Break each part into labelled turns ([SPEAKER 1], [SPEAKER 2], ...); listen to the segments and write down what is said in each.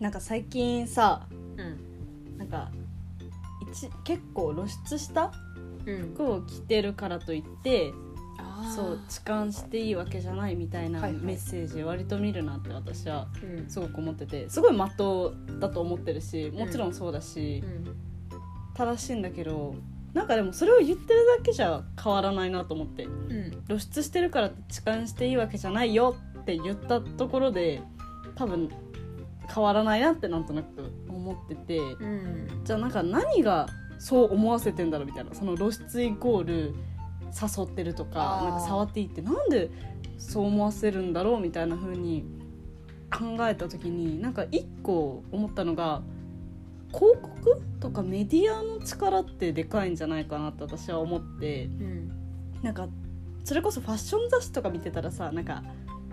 [SPEAKER 1] なんか最近さ
[SPEAKER 2] うん
[SPEAKER 1] なんか一結構露出した
[SPEAKER 2] うん
[SPEAKER 1] 服を着てるからといって
[SPEAKER 2] あそ
[SPEAKER 1] そう
[SPEAKER 2] う
[SPEAKER 1] 痴漢していいわけじゃないみたいな
[SPEAKER 2] はいはい
[SPEAKER 1] メッセージ割と見るなって私は
[SPEAKER 2] うん
[SPEAKER 1] すごく思っててすごいまっとうだと思ってるしもちろんそうだし、
[SPEAKER 2] うん
[SPEAKER 1] 正しいんだけどなんかでもそれを言ってるだけじゃ変わらないなと思って
[SPEAKER 2] うん
[SPEAKER 1] 露出してるからって痴漢していいわけじゃないよって言ったところで多分変わらないなってなんとなく思ってて
[SPEAKER 2] うん
[SPEAKER 1] じゃあなんか何がそう思わせてんだろうみたいなその露出イコール誘ってるとか
[SPEAKER 2] あー
[SPEAKER 1] なんか触っていいってなんでそう思わせるんだろうみたいな風に考えた時になんか一個思ったのが広告とかメディアの力ってでかいんじゃないかなって私は思って。
[SPEAKER 2] うん
[SPEAKER 1] なんかそれこそファッション雑誌とか見てたらさなんか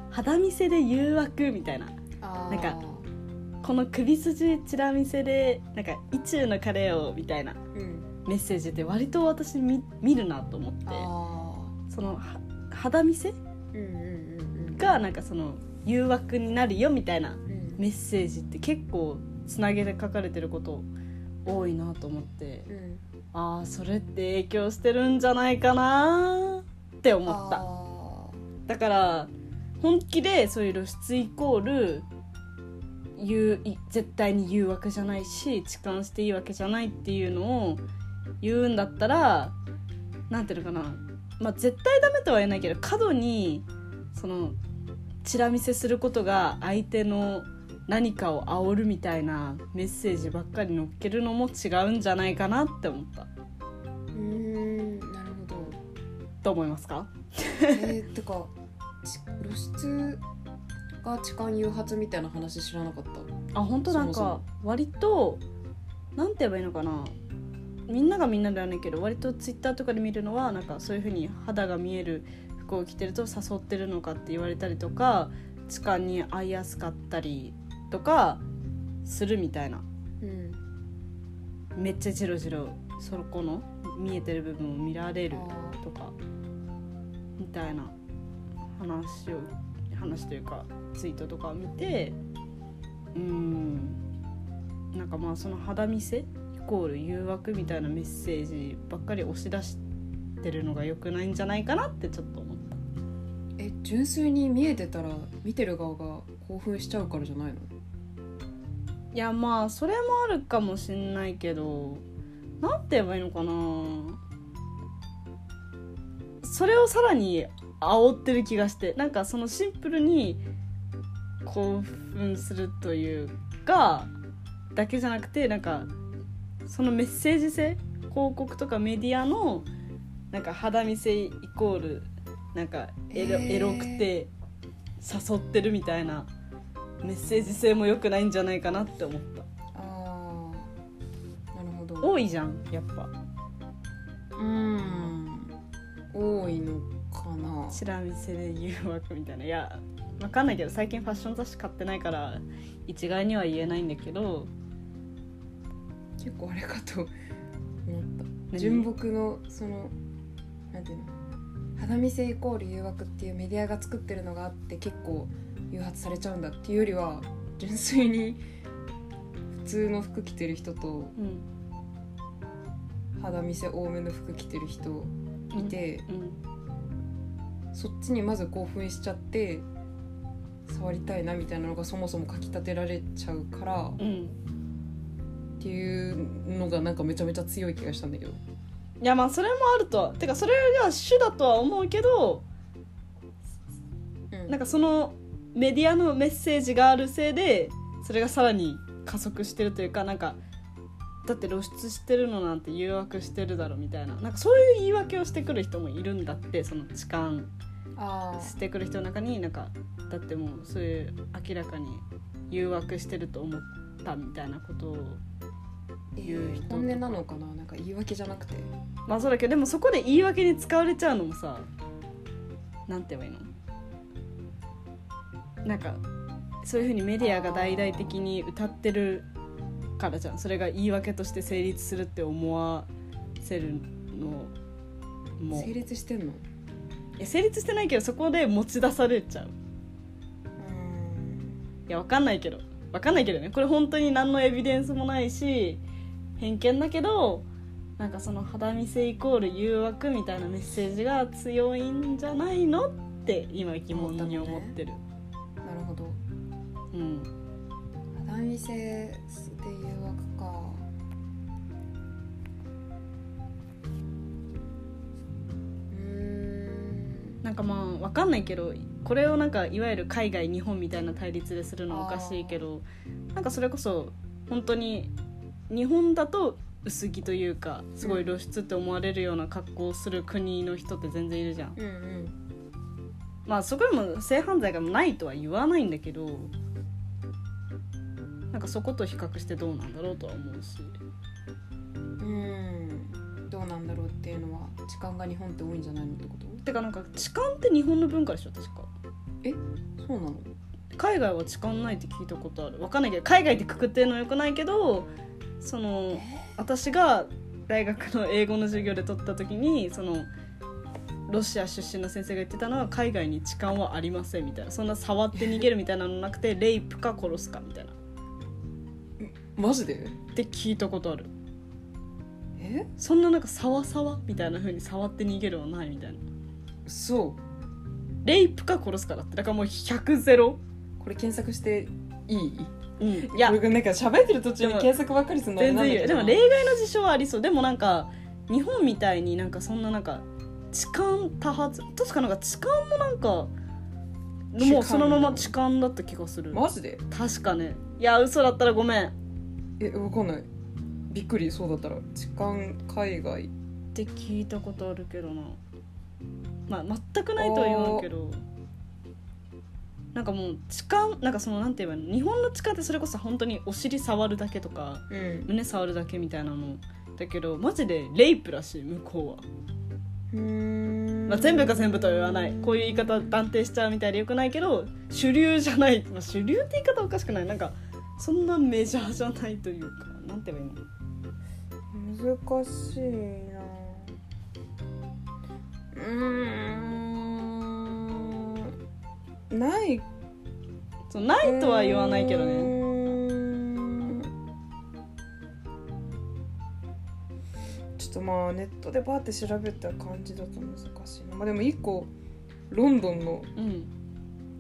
[SPEAKER 1] 肌見せで誘惑みたいな
[SPEAKER 2] あ
[SPEAKER 1] なんかこの首筋チラ見せでなんか意中のカレーをみたいな
[SPEAKER 2] うん
[SPEAKER 1] メッセージって割と私見見るなと思って
[SPEAKER 2] あ
[SPEAKER 1] そのは肌見せ
[SPEAKER 2] うんうんうんうん
[SPEAKER 1] がなんかその誘惑になるよみたいな
[SPEAKER 2] うん
[SPEAKER 1] メッセージって結構つなげて書かれてること多いなと思って
[SPEAKER 2] うん
[SPEAKER 1] ああそれって影響してるんじゃないかなーって思った。
[SPEAKER 2] あ
[SPEAKER 1] だから本気でそういう露出イコール言うい絶対に誘惑じゃないし痴漢していいわけじゃないっていうのを言うんだったらなんていうのかな、まあ、絶対ダメとは言えないけど過度にそのチラ見せすることが相手の何かを煽るみたいなメッセージばっかり乗っけるのも違うんじゃないかなって思った。
[SPEAKER 2] ーうーんなるほど
[SPEAKER 1] どう思いますか
[SPEAKER 2] えー、てかち露出が痴漢誘発みたいな話知らなかった
[SPEAKER 1] あ本当なん
[SPEAKER 2] そも
[SPEAKER 1] か割となんて言えばいいのかなみんながみんなではないけど割とツイッターとかで見るのはなんかそういう風に肌が見える服を着てると誘ってるのかって言われたりとか痴漢に遭いやすかったりとかするみたいな
[SPEAKER 2] うん
[SPEAKER 1] めっちゃジロジロそこの見えてる部分を見られる
[SPEAKER 2] あ
[SPEAKER 1] とかみたいな話を話というかツイートとかを見てうーんなんかまあその肌見せイコール誘惑みたいなメッセージばっかり押し出してるのが良くないんじゃないかなってちょっと思った
[SPEAKER 2] え純粋に見えてたら見てる側が興奮しちゃうからじゃないの
[SPEAKER 1] いやまあそれもあるかもしんないけどなんて言えばいいのかなそれをさらに煽ってる気がしてなんかそのシンプルに興奮するというかだけじゃなくてなんかそのメッセージ性広告とかメディアのなんか肌見せイコールなんかエロ,、
[SPEAKER 2] へー
[SPEAKER 1] エロくて誘ってるみたいなメッセージ性も良くないんじゃないかなって思った
[SPEAKER 2] ああなるほど
[SPEAKER 1] 多いじゃんやっぱ
[SPEAKER 2] うん多いのかな
[SPEAKER 1] チラ見せで誘惑みたいないやわかんないけど最近ファッション雑誌買ってないから一概には言えないんだけど
[SPEAKER 2] 結構あれかと思った
[SPEAKER 1] 何
[SPEAKER 2] 純朴のそのなんていうの肌見せイコール誘惑っていうメディアが作ってるのがあって結構誘発されちゃうんだっていうよりは純粋に普通の服着てる人と
[SPEAKER 1] うん
[SPEAKER 2] 肌見せ多めの服着てる人いて、
[SPEAKER 1] うん
[SPEAKER 2] そっちにまず興奮しちゃって触りたいなみたいなのがそもそもかきたてられちゃうからっ
[SPEAKER 1] うん
[SPEAKER 2] ていうのがなんかめちゃめちゃ強い気がしたんだけど
[SPEAKER 1] いやまあそれもあるとはてかそれが主だとは思うけどなん
[SPEAKER 2] か
[SPEAKER 1] かそのメディアのメッセージがあるせいでそれがさらに加速してるというかなんかだって露出してるのなんて誘惑してるだろみたいななんかそういう言い訳をしてくる人もいるんだってその痴漢
[SPEAKER 2] あー
[SPEAKER 1] してくる人の中になんかだってもうそういう明らかに誘惑してると思ったみたいなことを言う人とか
[SPEAKER 2] 本音なのかななんか言い訳じゃなくて
[SPEAKER 1] まあそうだけどでもそこで言い訳に使われちゃうのもさなんて言えばいいのなんかそういうふうにメディアが大々的に歌ってるからじゃんそれが言い訳として成立するって思わせるのも
[SPEAKER 2] 成立してんの
[SPEAKER 1] いや成立してないけどそこで持ち出されちゃう
[SPEAKER 2] うん
[SPEAKER 1] いやわかんないけどわかんないけどねこれ本当に何のエビデンスもないし偏見だけどなんかその肌見せイコール誘惑みたいなメッセージが強いんじゃないのって今疑問に思ってる、
[SPEAKER 2] なるほど
[SPEAKER 1] うん
[SPEAKER 2] 肌見せで誘惑かうーん
[SPEAKER 1] なんかまあわかんないけどこれをなんかいわゆる海外日本みたいな対立でするのはおかしいけどなんかそれこそ本当に日本だと薄着というかすごい露出って思われるような格好をする国の人って全然いるじゃん
[SPEAKER 2] うんうん
[SPEAKER 1] まあそこにも性犯罪がないとは言わないんだけどなんかそこと比較してどうなんだろうとは思うし
[SPEAKER 2] うんどうなんだろうっていうのは時間が日本って多いんじゃないのってこと
[SPEAKER 1] てかなんか痴漢って日本の文化でしょ確か
[SPEAKER 2] そうなの
[SPEAKER 1] 海外は痴漢ないって聞いたことあるわかんないけど海外でくくってるのはよくないけどその私が大学の英語の授業で取った時にそのロシア出身の先生が言ってたのは海外に痴漢はありませんみたいなそんな触って逃げるみたいなのなくてレイプか殺すかみたいなっ
[SPEAKER 2] マジで
[SPEAKER 1] て聞いたことある
[SPEAKER 2] え
[SPEAKER 1] そんななんかサワサワみたいな風に触って逃げるはないみたいな
[SPEAKER 2] そ
[SPEAKER 1] レイプか殺すかだってだからもう100ゼロ
[SPEAKER 2] うこれ検索していい
[SPEAKER 1] うんい
[SPEAKER 2] い
[SPEAKER 1] や
[SPEAKER 2] 僕なんか喋ってる途中
[SPEAKER 1] で
[SPEAKER 2] に
[SPEAKER 1] も
[SPEAKER 2] 検索ばっかりするのあれ
[SPEAKER 1] 全
[SPEAKER 2] な
[SPEAKER 1] 然
[SPEAKER 2] ん
[SPEAKER 1] いい
[SPEAKER 2] だ
[SPEAKER 1] よ
[SPEAKER 2] け
[SPEAKER 1] でも
[SPEAKER 2] ど
[SPEAKER 1] 例外の事象はありそうでもなんか日本みたいになんかそんななんか痴漢多発確かなんか痴漢もなんかもうそのまま痴漢だった気がする
[SPEAKER 2] マジで
[SPEAKER 1] 確かねいや嘘だったらごめんっ
[SPEAKER 2] えわかんないびっくりそうだったら痴漢海外
[SPEAKER 1] て聞いたことあるけどなまあ全くないとは言わんけどなんかもう痴漢なんかそのなんて言えばいいの日本の痴漢ってそれこそ本当にお尻触るだけとか
[SPEAKER 2] うん
[SPEAKER 1] 胸触るだけみたいなのだけどマジでレイプらしい向こうは
[SPEAKER 2] うん
[SPEAKER 1] まあ、全部が全部とは言わないこういう言い方断定しちゃうみたいでよくないけど主流じゃない、まあ、主流って言い方おかしくないなんかそんなメジャーじゃないというかなんて言えばいいの
[SPEAKER 2] 難しいなうーんない
[SPEAKER 1] そうないとは言わないけどね
[SPEAKER 2] ね ちょっとまあネットでバーって調べた感じだと難しいな、まあ、でも一個ロンドンの
[SPEAKER 1] うん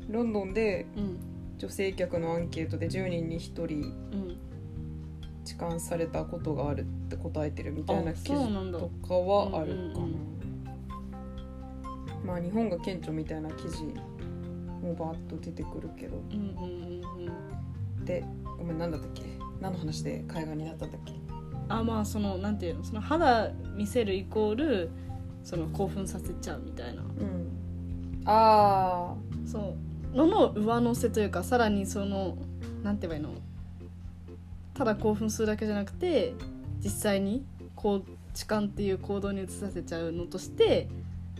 [SPEAKER 2] ロンドンで
[SPEAKER 1] うん
[SPEAKER 2] 女性客のアンケートで10人に1人
[SPEAKER 1] うん
[SPEAKER 2] 痴漢されたことがあるって答えてるみたいな
[SPEAKER 1] あ
[SPEAKER 2] 記
[SPEAKER 1] そうなん
[SPEAKER 2] 事
[SPEAKER 1] だ
[SPEAKER 2] とかはあ
[SPEAKER 1] うん
[SPEAKER 2] るか
[SPEAKER 1] うん
[SPEAKER 2] な、まあ日本が顕著みたいな記事もバーッと出てくるけど
[SPEAKER 1] うんうんうんうん
[SPEAKER 2] でごめん何だったっけ何の話で海岸になったんだっけ
[SPEAKER 1] あまあそのなんていうのその肌見せるイコールその興奮させちゃうみたいな
[SPEAKER 2] うんあ
[SPEAKER 1] そうのの上乗せというかさらにそのなんて言えばいいのただ興奮するだけじゃなくて実際にこう痴漢っていう行動に移させちゃうのとして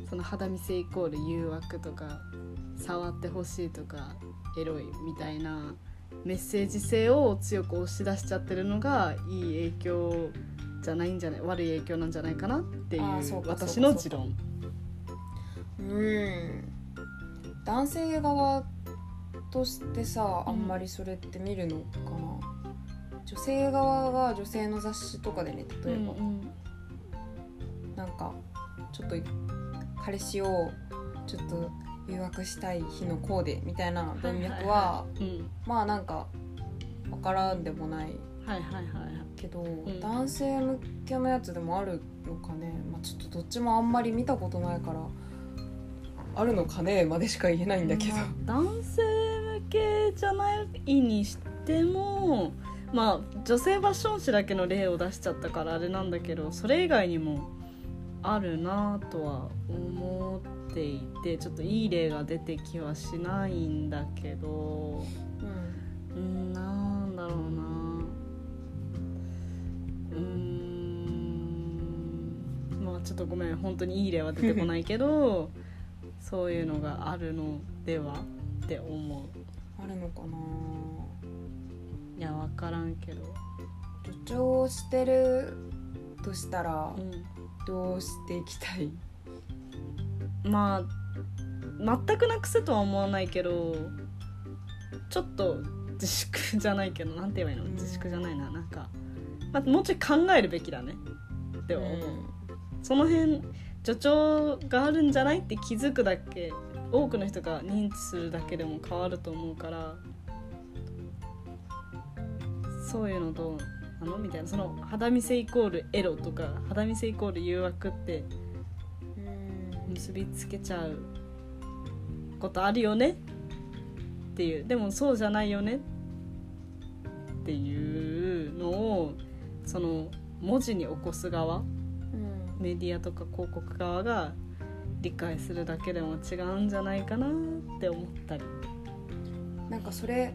[SPEAKER 1] その肌見せイコール誘惑とか触ってほしいとかエロいみたいなメッセージ性を強く押し出しちゃってるのがいい影響じゃないんじゃない悪い影響なんじゃないかなっていう
[SPEAKER 2] あーそうか
[SPEAKER 1] 私の
[SPEAKER 2] そ
[SPEAKER 1] 持
[SPEAKER 2] うか
[SPEAKER 1] 論。
[SPEAKER 2] ーうん男性側としてさあんまりそれって見るのかな、女性側が女性の雑誌とかでね例えば、
[SPEAKER 1] うん
[SPEAKER 2] なんかちょっと彼氏をちょっと誘惑したい日のコーデみたいな文脈は
[SPEAKER 1] うんうん
[SPEAKER 2] まあなんか分からんでもない
[SPEAKER 1] はいはいはいはい
[SPEAKER 2] けど、
[SPEAKER 1] ん
[SPEAKER 2] 男性向けのやつでもあるのかね、まあ、ちょっとどっちもあんまり見たことないからあるのかねまでしか言えないんだけど。
[SPEAKER 1] まあ男性向けじゃないにしてもまあ女性ファッション誌だけの例を出しちゃったからあれなんだけどそれ以外にもあるなとは思っていてちょっといい例が出てきはしないんだけど
[SPEAKER 2] うん
[SPEAKER 1] うんなんだろうなうーんまあちょっとごめん本当にいい例は出てこないけどそういうのがあるのではって思
[SPEAKER 2] あるのかな
[SPEAKER 1] ういや分からんけど
[SPEAKER 2] 助長してるとしたら
[SPEAKER 1] う
[SPEAKER 2] どうしていきたい
[SPEAKER 1] んまあ全くなくせとは思わないけどちょっと自粛じゃないけどなんて言えばいいの
[SPEAKER 2] うん
[SPEAKER 1] 自粛じゃないななんか、まあ、もうちょい考えるべきだねって思う、その辺助長があるんじゃないって気づくだけ多くの人が認知するだけでも変わると思うからそういうのどうなのみたいなその肌見せイコールエロとか肌見せイコール誘惑って
[SPEAKER 2] うん
[SPEAKER 1] 結びつけちゃうことあるよねっていうでもそうじゃないよねっていうのをその文字に起こす側
[SPEAKER 2] うん
[SPEAKER 1] メディアとか広告側が理解するだけでも違うんじゃないかなって思ったり
[SPEAKER 2] なんかそれ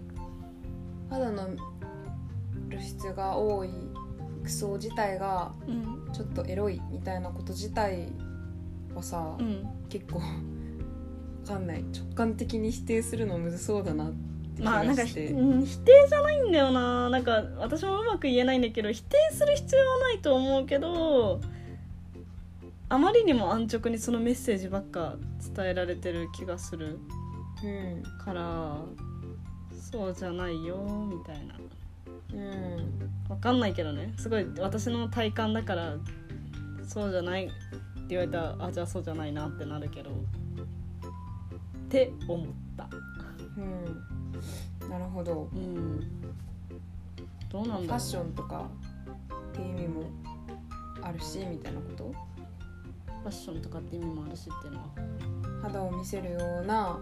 [SPEAKER 2] 肌の露出が多い服装自体が
[SPEAKER 1] うん
[SPEAKER 2] ちょっとエロいみたいなこと自体はさ、
[SPEAKER 1] うん
[SPEAKER 2] 結構わかんない直感的に否定するのむずそうだなって気
[SPEAKER 1] まあなんか、
[SPEAKER 2] が
[SPEAKER 1] ひ
[SPEAKER 2] して、
[SPEAKER 1] うん、否定じゃないんだよななんか私もうまく言えないんだけど否定する必要はないと思うけどあまりにも安直にそのメッセージばっか伝えられてる気がする
[SPEAKER 2] うん
[SPEAKER 1] からそうじゃないよみたいな
[SPEAKER 2] うん
[SPEAKER 1] わかんないけどねすごい私の体感だからそうじゃないって言われたらあじゃあそうじゃないなってなるけどって思った
[SPEAKER 2] うんなるほど
[SPEAKER 1] うんどうな
[SPEAKER 2] フ
[SPEAKER 1] ん
[SPEAKER 2] ァ
[SPEAKER 1] だ
[SPEAKER 2] ッ
[SPEAKER 1] ろ
[SPEAKER 2] ションとかって意味もあるしみたいなこと
[SPEAKER 1] うファッションとかって意味もあるしっていうのは
[SPEAKER 2] 肌を見せるような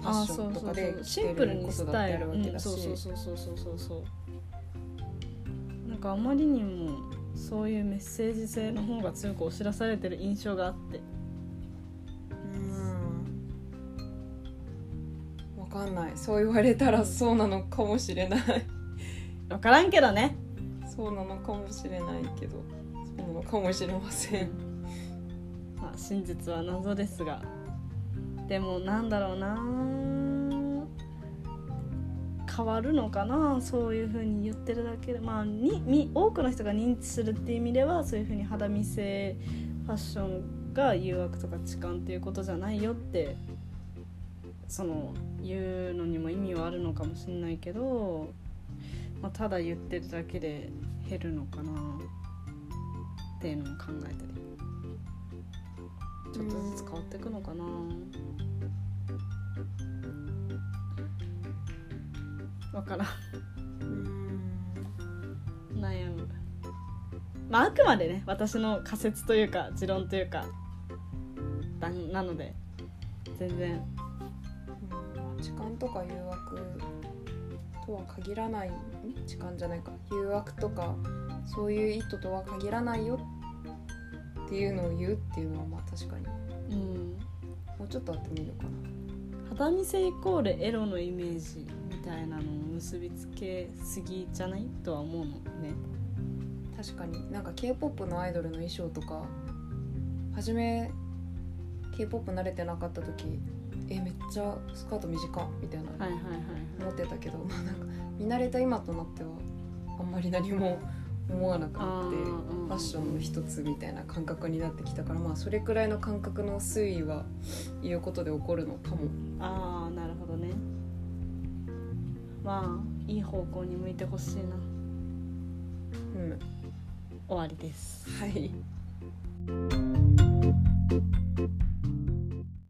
[SPEAKER 2] ファ
[SPEAKER 1] あ
[SPEAKER 2] ッションとかで着
[SPEAKER 1] シ
[SPEAKER 2] て
[SPEAKER 1] ンプル
[SPEAKER 2] る
[SPEAKER 1] に
[SPEAKER 2] こと
[SPEAKER 1] ス
[SPEAKER 2] だっ
[SPEAKER 1] タ
[SPEAKER 2] て
[SPEAKER 1] イ
[SPEAKER 2] あ
[SPEAKER 1] ル
[SPEAKER 2] るわけだし
[SPEAKER 1] そうそうそうそうそうそうそうなんかあまりにもそういうメッセージ性の方が強くお知らされてる印象があって
[SPEAKER 2] うんわかんないそう言われたらそうなのかもしれない
[SPEAKER 1] 分からんけどね
[SPEAKER 2] そうなのかもしれないけどそうなのかもしれません
[SPEAKER 1] まあ、真実は謎ですがでもなんだろうな変わるのかなそういうふうに言ってるだけでまあにみ多くの人が認知するっていう意味ではそういうふうに肌見せファッションが誘惑とか痴漢っていうことじゃないよってその言うのにも意味はあるのかもしれないけど、まあ、ただ言ってるだけで減るのかなっていうのも考えたりちょっとずつ変わっていくのかなわからん悩むまああくまでね私の仮説というか持論というかだなので全然
[SPEAKER 2] 時間とか誘惑とは限らないん時間じゃないか誘惑とかそういう意図とは限らないよっていうのを言うっていうのはまあ確かに
[SPEAKER 1] うん
[SPEAKER 2] もうちょっとあってもいいのかな
[SPEAKER 1] 肌見せイコールエロのイメージみたいなのを結びつけすぎじゃないとは思うのね
[SPEAKER 2] 確かになんか k p o p のアイドルの衣装とか初め k p o p 慣れてなかった時えめっちゃスカート短っみたいな
[SPEAKER 1] はいはいはいはい
[SPEAKER 2] 思ってたけど、まあなんか見慣れた今となってはあんまり何も思わなくなってフ
[SPEAKER 1] フ
[SPEAKER 2] ァッションの一つみたいな感覚になってきたからまあそれくらいの感覚の推移は言うことで起こるのかも。
[SPEAKER 1] ああなるほどねまあいい方向に向いてほしいな
[SPEAKER 2] うん、
[SPEAKER 1] 終わりです
[SPEAKER 2] はい